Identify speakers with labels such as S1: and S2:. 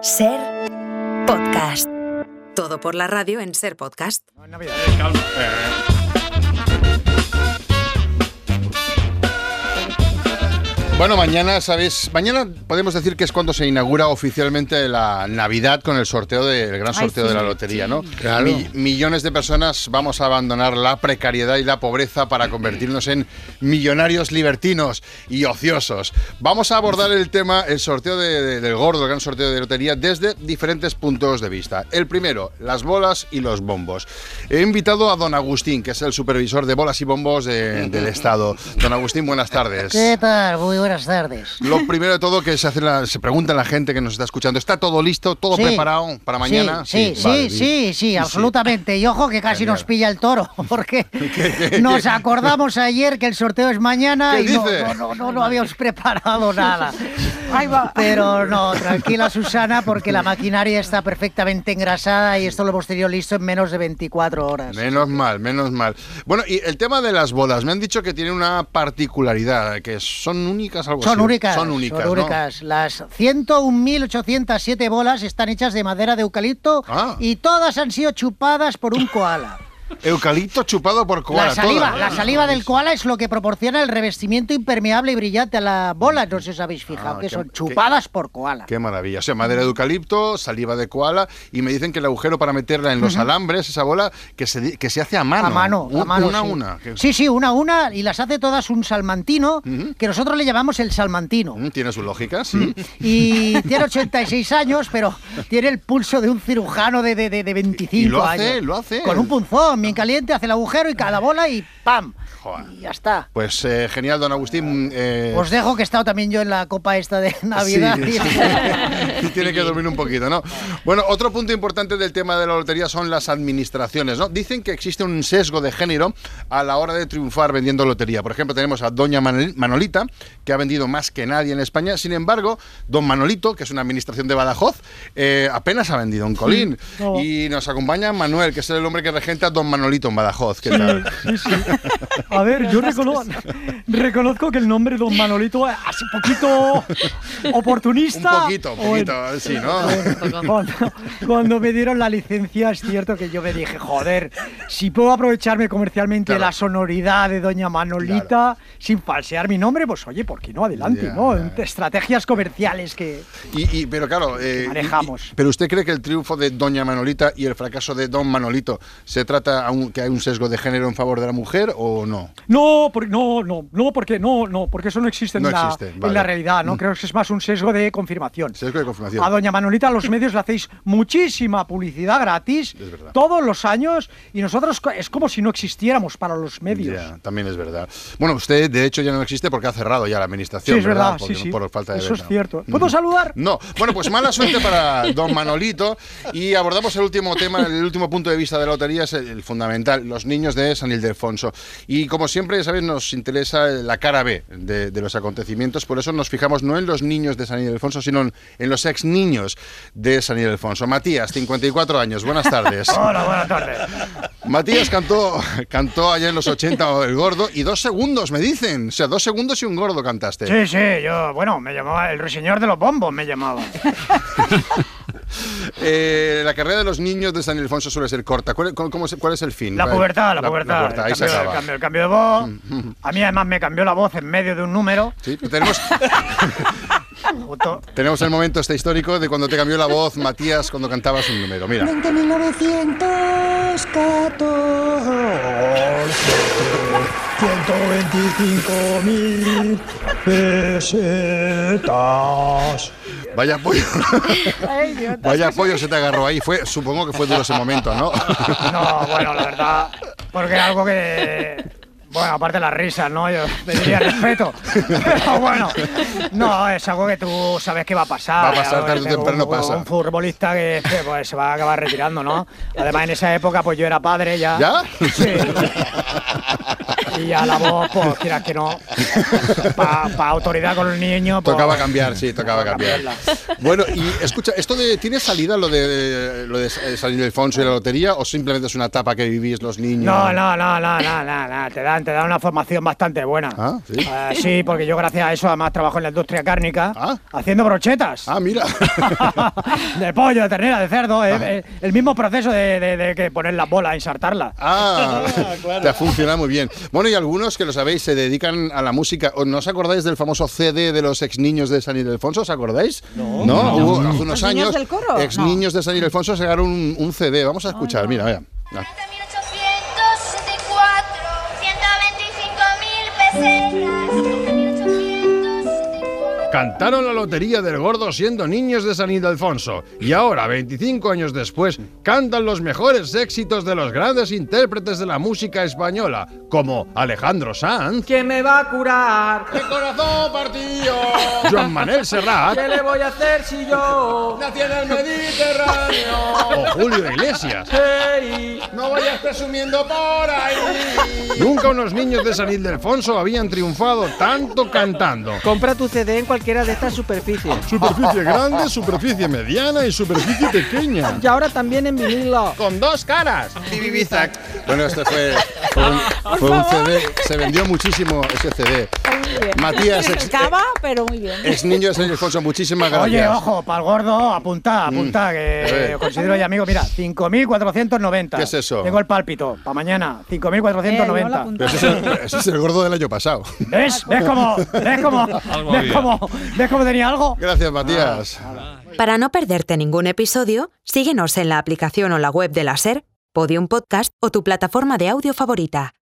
S1: Ser podcast. Todo por la radio en Ser podcast.
S2: Eh, calma. Eh,
S3: Bueno, mañana, ¿sabéis? Mañana podemos decir que es cuando se inaugura oficialmente la Navidad con el sorteo del gran
S4: Ay,
S3: sorteo
S4: sí.
S3: de la lotería, ¿no?
S5: Claro.
S3: Mi- millones de personas vamos a abandonar la precariedad y la pobreza para convertirnos en millonarios libertinos y ociosos. Vamos a abordar el tema, el sorteo de- de- del gordo, el gran sorteo de lotería, desde diferentes puntos de vista. El primero, las bolas y los bombos. He invitado a don Agustín, que es el supervisor de bolas y bombos de- del Estado. Don Agustín, buenas tardes.
S6: ¿Qué tal? Muy buenas tardes.
S3: Lo primero de todo que se hace la- se pregunta la gente que nos está escuchando, ¿está todo listo, todo
S6: Sí.
S3: preparado para mañana?
S6: Sí, sí, sí,
S3: vale,
S6: sí, sí, absolutamente. Y ojo que casi
S3: Genial.
S6: nos pilla el toro, porque nos acordamos ayer que el sorteo es mañana y
S3: ¿Qué
S6: no,
S3: dices?
S6: no, no, no, no habíamos preparado nada.
S4: Ahí va.
S6: Pero no, tranquila Susana, porque la maquinaria está perfectamente engrasada y esto lo hemos tenido listo en menos de 24 horas.
S3: Menos mal, menos mal. Bueno, y el tema de las bolas, me han dicho que tiene una particularidad, que son únicas algo
S6: Son
S3: así.
S6: únicas.
S3: pues Son únicas. ¿no?
S6: únicas. Las 101.807 bolas están hechas de madera de eucalipto
S3: Ah.
S6: y todas han sido chupadas por un koala.
S3: Eucalipto chupado por koala.
S6: la saliva,
S3: todas, ¿no?
S6: la saliva del koala es lo que proporciona el revestimiento impermeable y brillante a la bola. No sé si os habéis fijado
S3: Ah,
S6: que
S3: qué-
S6: son
S3: qué-
S6: chupadas por koala.
S3: Qué maravilla. O sea, madera de eucalipto, saliva de koala, y me dicen que el agujero para meterla en los alambres, esa bola, que se, di- que se hace a mano.
S6: a mano,
S3: Un-
S6: a mano,
S3: Una a
S6: sí.
S3: una. que-
S6: Sí, sí, una a una y las hace todas un salmantino que nosotros le llamamos el salmantino.
S3: Mm, Tiene su lógica, sí.
S6: Y tiene 86 años, pero tiene el pulso de un cirujano de, de, de- de 25
S3: Y lo hace,
S6: años.
S3: lo hace.
S6: Con un punzón bien caliente, hace el agujero y cada bola y ¡pam!
S3: Joder.
S6: Y ya está.
S3: Pues eh, genial, don Agustín. eh,
S6: Os dejo que he estado también yo en la copa esta de Navidad.
S3: Sí, sí. Y tiene que dormir un poquito, ¿no? Bueno, otro punto importante del tema de la lotería son las administraciones, ¿no? Dicen que existe un sesgo de género a la hora de triunfar vendiendo lotería. Por ejemplo, tenemos a Doña Manol- Manolita, que ha vendido más que nadie en España. Sin embargo, Don Manolito, que es una administración de Badajoz, eh, apenas ha vendido un colín.
S6: Oh.
S3: Y nos acompaña Manuel, que es el hombre que regenta Don Manolito en Badajoz. ¿Qué tal?
S7: Sí, sí. A ver, yo recono- reconozco que el nombre Don Manolito es así poquito
S3: Un
S7: oportunista.
S3: poquito, un
S7: o en-
S3: poquito, sí, ¿no?
S7: cuando, cuando me dieron la licencia es cierto que yo me dije, joder, si puedo aprovecharme comercialmente
S3: Claro.
S7: la sonoridad de Doña Manolita sin falsear mi nombre, pues oye, ¿por qué no? Adelante,
S3: Ya,
S7: ¿no?
S3: ya.
S7: Estrategias comerciales que...
S3: Y, y- pero claro, eh,
S7: manejamos.
S3: y- pero usted cree que el triunfo de Doña Manolita y el fracaso de Don Manolito se trata a un- que hay un sesgo de género en favor de la mujer o no?
S7: No, por- no, no, no, porque no, no, porque eso no existe en,
S3: No
S7: la,
S3: existe,
S7: en
S3: vale. Mm.
S7: la realidad, ¿no? Creo que es más un sesgo de confirmación.
S3: Sesgo de confirmación.
S7: A doña Manolita los medios le hacéis muchísima publicidad gratis
S3: Es verdad.
S7: todos los años y nosotros co- es como si no existiéramos para los medios.
S3: Ya, también es verdad. Bueno, usted de hecho ya no existe porque ha cerrado ya la administración,
S7: Sí, es verdad,
S3: Porque-
S7: sí, sí.
S3: Por falta de
S7: Eso es
S3: venta.
S7: cierto. ¿Puedo saludar?
S3: No. Bueno, pues mala suerte para Don Manolito y abordamos el último tema, el último punto de vista de la lotería es el, el fundamental, los niños de San Ildefonso. Y como siempre, sabes, nos interesa la cara B de, de los acontecimientos, por eso nos fijamos no en los niños de San Ildefonso, sino en, en los ex niños de San Ildefonso. Matías, 54 años, buenas tardes.
S7: Hola, buenas tardes.
S3: Matías cantó, cantó allá en los 80 el gordo y dos segundos, me dicen. O sea, dos segundos y un gordo cantaste.
S7: Sí, sí, yo, bueno, me llamaba el ruiseñor de los bombos, me llamaba.
S3: Eh, la carrera de los niños de San Ildefonso suele ser corta. ¿Cuál, cómo- cómo se- cuál es el fin?
S7: La
S3: ¿Cuál-
S7: pubertad, la, pubertad.
S3: pubertad, ahí
S7: el,
S3: se
S7: cambio, el
S3: acaba.
S7: cambio- el cambio de voz. A mí además me cambió la voz en medio de un número.
S3: Sí, pero tenemos,
S7: Justo-
S3: tenemos el momento este histórico de cuando te cambió la voz, Matías, cuando cantabas un número. Mira.
S7: 125.000 pesetas.
S3: Vaya apoyo. Vaya apoyo se te agarró ahí. Fue, supongo que fue duro ese momento, ¿no?
S7: No, bueno, la verdad, porque es algo que... Bueno, aparte de las risas, ¿no? Yo te diría respeto. Pero bueno, no, es algo que tú sabes que va a pasar.
S3: Va a pasar,
S7: algo que
S3: tarde o
S7: tengo
S3: temprano
S7: un,
S3: pasa.
S7: Un futbolista que que, pues, se va a acabar retirando, ¿no? Además, en esa época, pues yo era padre ya.
S3: ¿Ya?
S7: Sí. Y a la voz, pues quieras que no. Para autoridad con el niño, pues,
S3: Tocaba cambiar, sí, tocaba cambiar.
S7: cambiarla.
S3: Bueno, y escucha, ¿esto de, tiene salida lo de, lo de salir del Fonso y la lotería o simplemente es una etapa que vivís los niños?
S7: No, no, no, no, no, no, no, Te dan, te dan una formación bastante buena.
S3: Ah, ¿sí?
S7: Eh, sí, porque yo gracias a eso además trabajo en la industria cárnica
S3: Ah.
S7: haciendo brochetas.
S3: Ah, mira.
S7: de pollo, de ternera, de cerdo. eh,
S3: Ah.
S7: eh, el mismo proceso de, de- de que poner las bolas, insertarlas.
S3: Ah, te ha funcionado muy bien. Bueno, y algunos que lo sabéis se dedican a la música. ¿O ¿No os acordáis del famoso CD de los ex niños de San Ildefonso? ¿Os acordáis? No. No, hubo hace unos
S4: ¿Los
S3: años.
S4: niños del coro?
S3: Ex niños de San Ildefonso sacaron un, un CD. Vamos a escuchar, mira, mira. Ah.
S4: 124,
S5: Cantaron la lotería del gordo siendo niños de San Ildefonso y ahora, 25 años después, cantan los mejores éxitos de los grandes intérpretes de la música española, como Alejandro Sanz,
S8: que me va a curar.
S3: Mi corazón partido
S5: Joan Manuel Serrat
S8: ¿Qué le voy a hacer si yo
S3: nací en el Mediterráneo.
S5: o Julio Iglesias.
S8: hey,
S3: No vayas presumiendo por ahí.
S5: Nunca unos niños de San Ildefonso habían triunfado tanto cantando.
S8: compra tu CD en cualquiera de estas superficies?
S5: Superficie grande, superficie mediana y superficie pequeña.
S8: Y ahora también en vinilo.
S5: Con dos caras.
S3: Bueno, este fue, fue un, fue un CD. Se vendió muchísimo ese CD. Matías, ex,
S4: Cava, pero muy bien.
S3: ex niño de San Ildefonso, muchísimas Ah, gracias. Mm.
S7: Oye, ojo, para el gordo, apunta, apunta, que
S3: Eh.
S7: os considero ya amigo. Mira, 5.490.
S3: ¿Qué es eso?
S7: Tengo el pálpito, para mañana,
S4: Eh, no la
S7: 5.490.
S4: apunta.
S3: Pero ese, es el, ese es el gordo del año pasado.
S7: ¿Ves? ¿Ves cómo? ¿Ves cómo?
S2: Algo
S7: ¿Ves
S2: había.
S7: cómo, ¿Ves cómo tenía algo?
S3: Gracias, Matías.
S1: Para no perderte ningún episodio, síguenos en la aplicación o la web de la SER, Podium Podcast o tu plataforma de audio favorita.